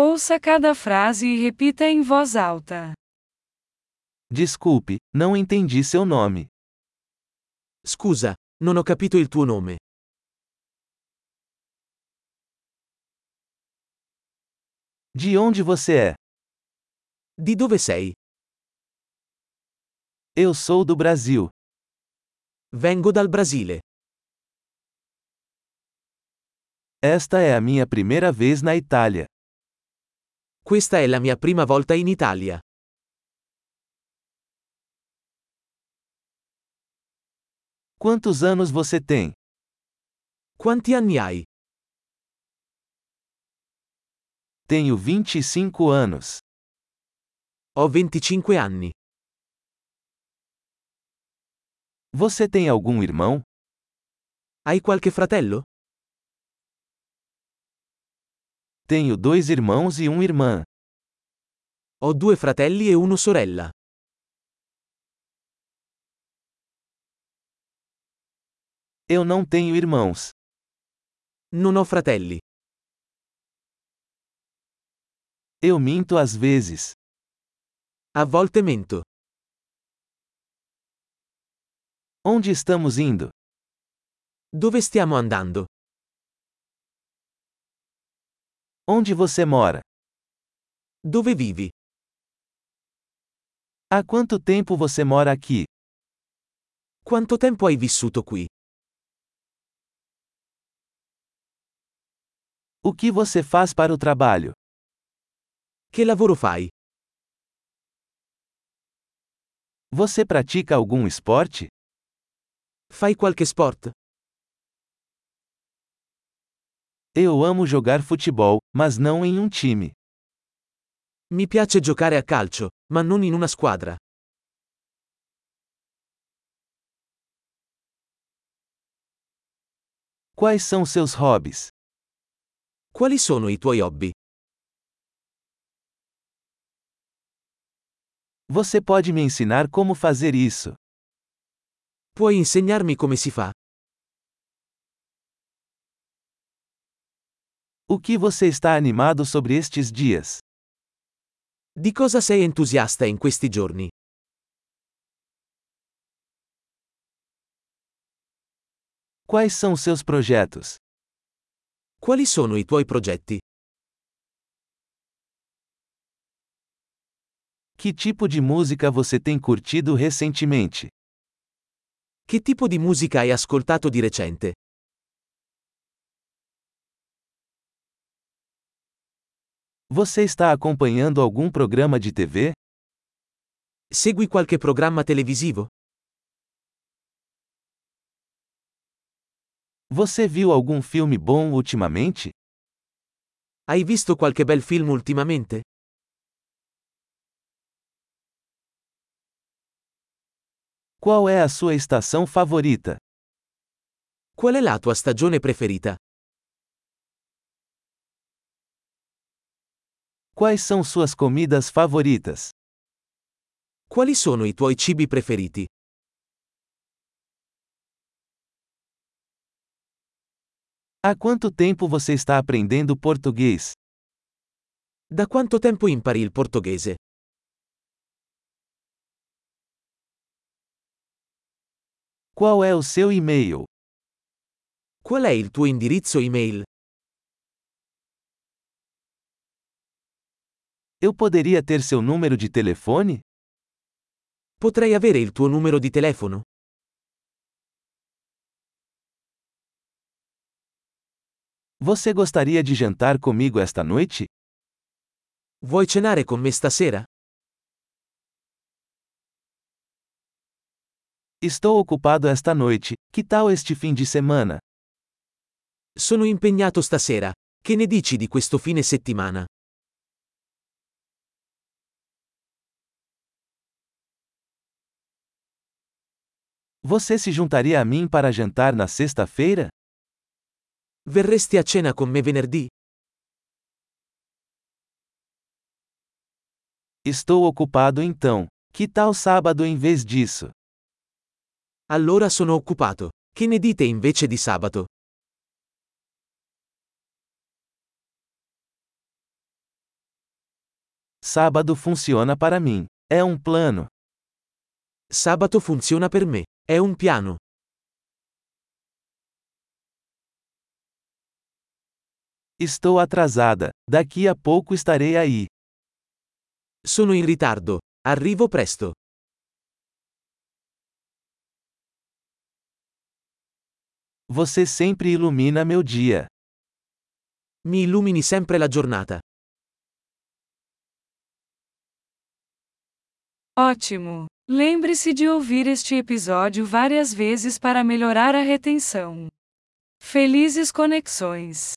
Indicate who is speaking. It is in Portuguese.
Speaker 1: Ouça cada frase e repita em voz alta.
Speaker 2: Desculpe, não entendi seu nome.
Speaker 3: Scusa, non ho capito il tuo nome.
Speaker 2: De onde você é?
Speaker 3: Di dove sei?
Speaker 2: Eu sou do Brasil.
Speaker 3: Vengo dal Brasile.
Speaker 2: Esta é a minha primeira vez na Itália.
Speaker 3: Questa è la mia prima volta in Italia.
Speaker 2: Quantos anos você tem?
Speaker 3: Quanti anni hai?
Speaker 2: Tenho 25 anos.
Speaker 3: Ho 25 anni.
Speaker 2: Você tem algum irmão?
Speaker 3: Hai qualche fratello?
Speaker 2: Tenho dois irmãos e uma irmã.
Speaker 3: Ho due fratelli e una sorella.
Speaker 2: Eu não tenho irmãos.
Speaker 3: Non ho fratelli.
Speaker 2: Eu minto às vezes.
Speaker 3: A volte mento.
Speaker 2: Onde estamos indo?
Speaker 3: Dove stiamo andando?
Speaker 2: Onde você mora?
Speaker 3: Dove vivi?
Speaker 2: Há quanto tempo você mora aqui?
Speaker 3: Quanto tempo hai vissuto qui?
Speaker 2: O que você faz para o trabalho?
Speaker 3: Che lavoro fai?
Speaker 2: Você pratica algum esporte?
Speaker 3: Fai qualche sport?
Speaker 2: Eu amo jogar futebol, mas não em um time.
Speaker 3: Mi piace giocare a calcio, ma non in una squadra.
Speaker 2: Quais são seus hobbies?
Speaker 3: Quali sono i tuoi hobby?
Speaker 2: Você pode me ensinar como fazer isso?
Speaker 3: Puoi insegnarmi come si fa?
Speaker 2: O que você está animado sobre estes dias?
Speaker 3: Di cosa sei entusiasta in questi giorni?
Speaker 2: Quais são seus projetos?
Speaker 3: Quali sono i tuoi progetti?
Speaker 2: Que tipo de música você tem curtido recentemente?
Speaker 3: Che tipo di musica hai ascoltato di recente?
Speaker 2: Você está acompanhando algum programa de TV?
Speaker 3: Segui qualche programma televisivo?
Speaker 2: Você viu algum filme bom ultimamente?
Speaker 3: Hai visto qualche bel film ultimamente?
Speaker 2: Qual é a sua estação favorita?
Speaker 3: Qual è la tua stagione preferita?
Speaker 2: Quais são suas comidas favoritas?
Speaker 3: Quali sono i tuoi cibi preferiti?
Speaker 2: Há quanto tempo você está aprendendo português?
Speaker 3: Da quanto tempo impari il portoghese?
Speaker 2: Qual é o seu e-mail?
Speaker 3: Qual è il tuo indirizzo email?
Speaker 2: Eu poderia ter seu número de telefone?
Speaker 3: Potrei avere il tuo numero di telefono?
Speaker 2: Você gostaria de jantar comigo esta noite?
Speaker 3: Vuoi cenare con me stasera?
Speaker 2: Estou ocupado esta noite. Que tal este fim de semana?
Speaker 3: Sono impegnato stasera. Che ne dici di questo fine settimana?
Speaker 2: Você se juntaria a mim para jantar na sexta-feira?
Speaker 3: Verresti a cena con me venerdì?
Speaker 2: Estou ocupado então. Que tal sábado em vez disso?
Speaker 3: Allora sono occupato. Che ne dite invece di sabato?
Speaker 2: Sábado funciona para mim. É um plano.
Speaker 3: Sabato funziona per me. È un piano.
Speaker 2: Estou atrasada. Daqui a pouco estarei aí.
Speaker 3: Sono in ritardo. Arrivo presto.
Speaker 2: Você sempre ilumina meu dia.
Speaker 3: Mi illumini sempre la giornata.
Speaker 1: Ótimo! Lembre-se de ouvir este episódio várias vezes para melhorar a retenção. Felizes conexões!